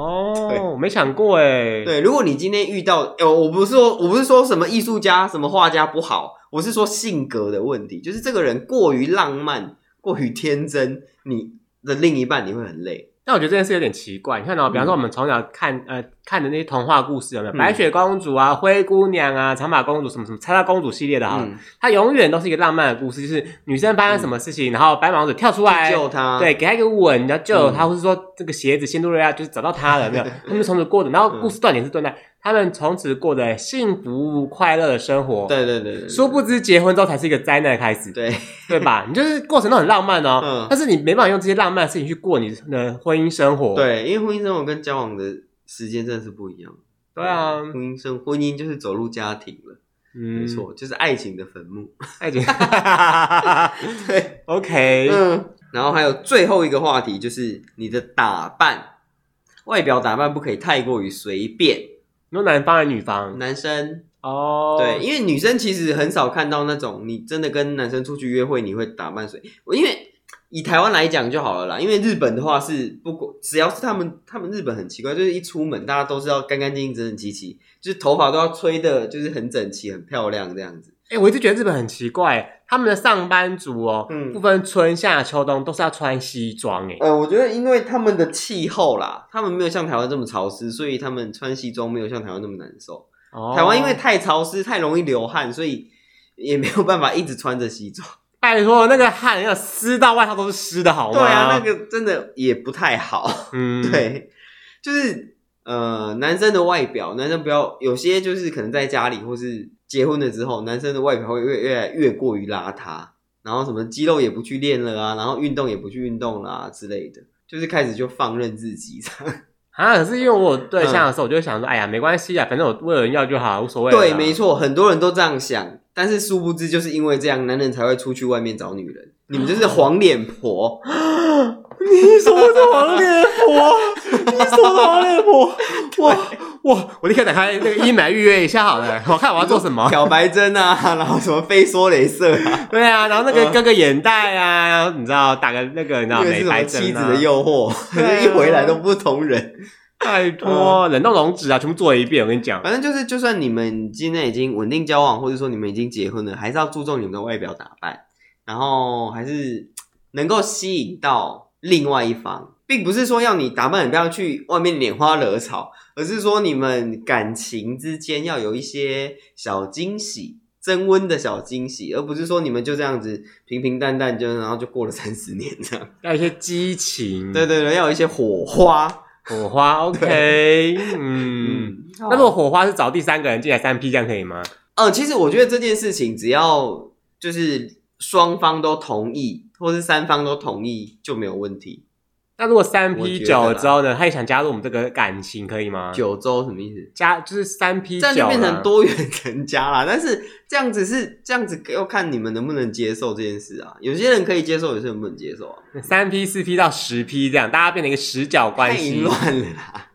哦，没想过哎，，对，如果你今天遇到，呃，我不是说我不是说什么艺术家、什么画家不好，我是说性格的问题，就是这个人过于浪漫、过于天真，你的另一半你会很累。但我觉得这件事有点奇怪。你看哦到、比方说我们从小看呃看的那些童话故事有嗯没有？白雪公主啊、灰姑娘啊、长发公主什么什么，插插公主系列的哈，嗯，它永远都是一个浪漫的故事，就是女生发生什么事嗯情，然后白马王子跳出来去救他，对，给他一个吻，然后救了他，啊嗯 或是说这个鞋子仙杜瑞亚就是找到他了，有没有？他们就从此过的，然后故事断点是断在他们从此过着幸福快乐的生活。，对对对对，殊不知结婚之后才是一个灾难的开始，对，对吧？你就是过程都很浪漫哦，嗯但是你没办法用这些浪漫的事情去过你的婚姻生活。，对，因为婚姻生活跟交往的时间真的是不一样。对啊婚姻生婚姻就是走入家庭了，嗯没，错，就是爱情的坟墓。爱 情。 对， OK，、嗯，然后还有最后一个话题就是你的打扮，外表打扮不可以太过于随便。你说男方还是女方？男生哦，对，，因为女生其实很少看到那种你真的跟男生出去约会，你会打扮随。我因为以台湾来讲就好了啦，因为日本的话是不管只要是他们，他们日本很奇怪，就是一出门大家都是要干干净净、整整齐齐，就是头发都要吹的，就是很整齐、很漂亮这样子。哎、我一直觉得日本很奇怪，他们的上班族哦，嗯不分春夏秋冬都是要穿西装，哎，呃，我觉得因为他们的气候啦，他们没有像台湾这么潮湿，所以他们穿西装没有像台湾那么难受。哦台湾因为太潮湿，太容易流汗，所以也没有办法一直穿着西装。拜托那个汗要湿到外套都是湿的，好吗？对啊，那个真的也不太好。嗯，，对，就是呃，男生的外表，男生不要有些就是可能在家里或是结婚了之后，男生的外表会越越来越过于邋遢，然后什么肌肉也不去练了啊，然后运动也不去运动啦、之类的，就是开始就放任自己这样。啊，可是因为我有嗯对象的时候，我就会想说，哎呀，没关系啊，反正我为了人要就好，无所谓。对，没错。错，很多人都这样想，但是殊不知就是因为这样，男人才会出去外面找女人。你们就是黄脸婆， 你什么是黄脸婆？你什么是黄脸婆？我我我立刻打开那个医美预约一下好了，我看我要做什 么。 漂白针啊，然后什么飞梭镭射啊，对啊，然后那个割个眼袋啊，然后你知道打个那个你知道因美为是什么白妻针子啊的，诱惑，对啊 一回来都不同人。拜嗯托冷冻溶脂啊，全部做一遍，我跟你讲。反正就是，就算你们今天已经稳定交往，或者说你们已经结婚了，还是要注重你们的外表打扮，然后还是能够吸引到另外一方，并不是说要你打扮很漂亮去外面拈花惹草，而是说你们感情之间要有一些小惊喜。增温的小惊喜，而不是说你们就这样子平平淡淡就，然后就过了三十年这样。 要一些激情，对对对，要有一些火花。火花，OK，嗯。嗯，那如果火花是找第三个人进来三 P，这样可以吗？呃，其实我觉得这件事情，只要就是双方都同意，或是三方都同意，就没有问题。那如果三 P 我觉得九啦之后呢，他也想加入我们这个感情，可以吗？九周什么意思？加就是三 P 这样九啦就变成多元成家啦。但是这样子是这样子，要看你们能不能接受这件事啊。有些人可以接受，有些人不能接受啊，三 P 四 P 到十 P 这样，大家变成一个十角关太系淫。乱了啦。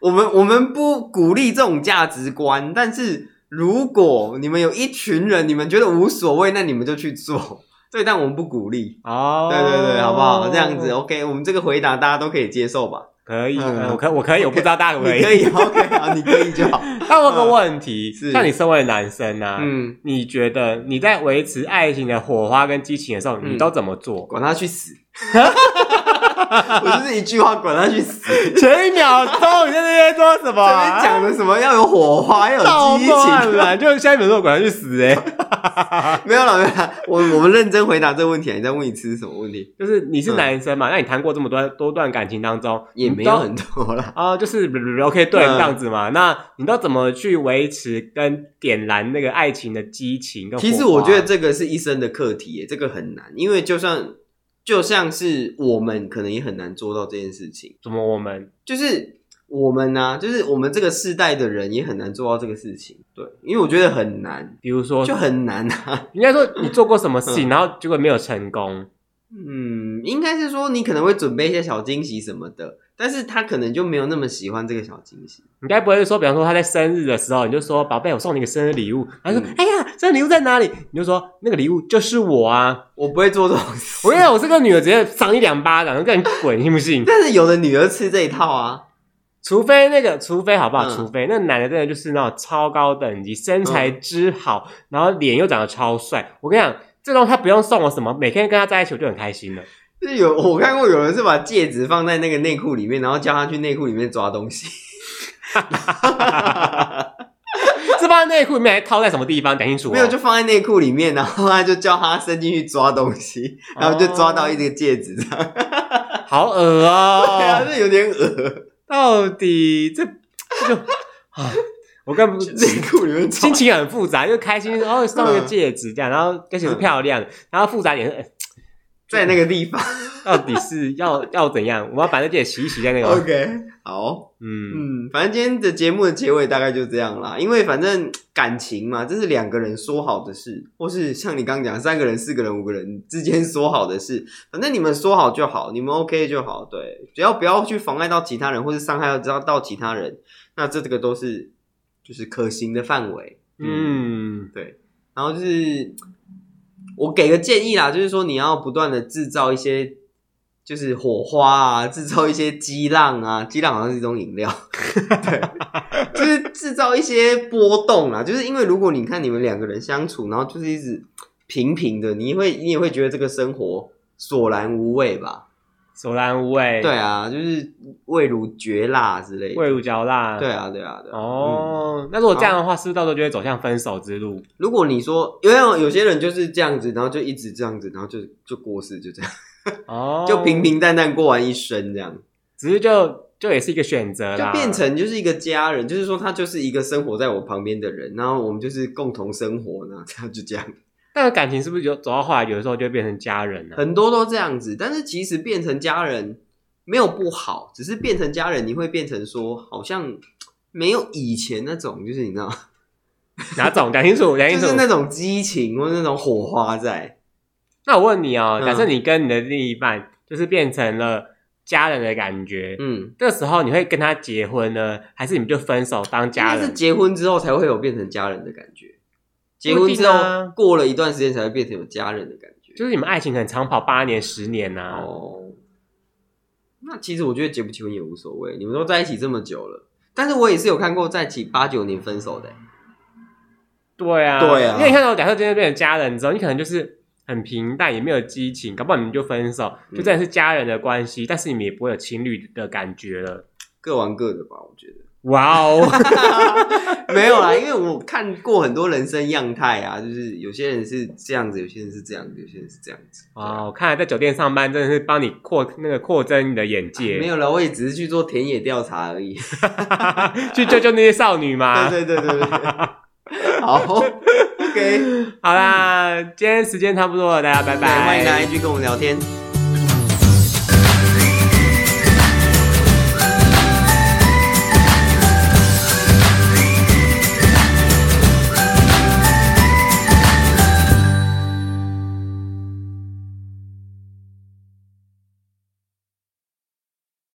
我们我们不鼓励这种价值观，但是如果你们有一群人，你们觉得无所谓，那你们就去做。对，但我们不鼓励。哦，对对对，好不好？这样子，OK，我们这个回答大家都可以接受吧？可 以，嗯呃我可我可以，我不知道大家可不可你可以。以，OK，好，你可以就好。 那我有个问题，是像你身为男生啊， 嗯，你觉得你在维持爱情的火花跟激情的时候，嗯你都怎么做？管他去死！我就是一句话，管他去死！ 前前一秒钟你在那边说什么面啊？讲的什么要有火花，要有到激 情，了，就下一秒钟我管他去死哎、没有了，没有了。我我们认真回答这个问题啊，你再问一次是什么问题？ 就是你是嗯男生嘛，那你谈过这么多多段感情当中，也你没都有很多啦。啊、就是 OK 对嗯这样子嘛。那你都怎么去维持跟点燃那个爱情的激情跟火花？ 其实我觉得这个是一生的课题耶，这个很难，因为就算就像是我们可能也很难做到这件事情。怎么我们就是我们呢、啊就是我们这个世代的人也很难做到这个事情。对，因为我觉得很难，比如说，就很难啊。 应该说你做过什么事情，然后结果没有成功，嗯，应该是说你可能会准备一些小惊喜什么的，但是他可能就没有那么喜欢这个小惊喜。你该不会说，比方说他在生日的时候，你就说宝贝，我送你个生日礼物，他说、嗯哎呀，生日礼物在哪里？你就说那个礼物就是我啊！我不会做这种事， 我跟你讲，我这个女儿直接赏你两巴掌，跟你滚，信不信？但是有的女儿吃这一套啊。除非那个，除非好不好？嗯除非那男的真的就是那种超高等级，身材之好，嗯然后脸又长得超帅。我跟你讲，这种他不用送我什么，每天跟他在一起我就很开心了。 就是有我看过有人是把戒指放在那个内裤里面，然后叫他去内裤里面抓东西。这把内裤里面还套在什么地方？讲清楚、哦。没有，就放在内裤里面，然后他就叫他伸进去抓东西，然后就抓到一个戒指这样。好恶 对啊，哦、这有点恶。到底这这就啊，我 根本不内裤里面找 心情很复杂，就开心哦送个戒指这样，然后而且嗯是漂亮的，然后复杂点是、哎在那个地方。到底是要要怎样？我要把那戒指洗一洗在那个， OK，好，啊嗯，嗯，反正今天的节目的结尾大概就这样啦。因为反正感情嘛，这是两个人说好的事，或是像你刚刚讲三个人、四个人、五个人之间说好的事，反正你们说好就好，你们 OK 就好，对，只要不要去妨碍到其他人，或是伤害到到其他人，那这个都是就是可行的范围。嗯，对，然后就是我给个建议啦，就是说你要不断的制造一些就是火花啊，制造一些激浪啊，激浪好像是一种饮料， 对，就是制造一些波动啦。就是因为如果你看你们两个人相处，然后就是一直平平的，你会你也会觉得这个生活索然无味吧？索然无味，对，啊，就是味如绝辣之类味的。如嚼蜡，对。啊，对啊，对啊。哦，那如果这样的话，是不是到时候就会走向分手之路？如果你说，因为有些人就是这样子，然后就一直这样子，然后就就过世，就这样，哦， 就平，平淡淡过完一生，这样只是就就也是一个选择就啦，变成就是一个家人，就是说他就是一个生活在我旁边的人，然后我们就是共同生活，然后这样就这样，但感情是不是有走到后来，有的时候就会变成家人啊呢、很多都这样子。但是其实变成家人没有不好，只是变成家人，你会变成说好像没有以前那种，就是你知道，哪哎种？讲清楚，讲就清楚。是那种激情或者那种火花在。那我问你哦，嗯假设你跟你的另一半就是变成了家人的感觉，嗯，这时候你会跟他结婚呢，还是你们就分手当家应该是人？结婚之后才会有变成家人的感觉，结婚之不一定啊后过了一段时间才会变成有家人的感觉。就是你们爱情很长跑八年、十年啊呐、哦，那其实我觉得结不结婚也无所谓，你们都在一起这么久了。但是我也是有看过在一起八九年分手的、欸对啊，对啊因为你看到假设今天变成家人之后，你可能就是很平淡，也没有激情，搞不好你们就分手，嗯就真的是家人的关系，但是你们也不会有情侣的感觉了。各玩各的吧，我觉得。 哇哦，没有啦，因为我看过很多人生样态啊，就是有些人是这样子，有些人是这样子，有些人是这样子。 哇，哦我看来在酒店上班真的是帮你扩那个扩增你的眼界，啊没有啦，我也只是去做田野调查而已。去救救那些少女嘛。啊 对对对对对。好，OK，好啦，今天时间差不多了，大家拜对拜，欢迎来 IG 跟我们聊天。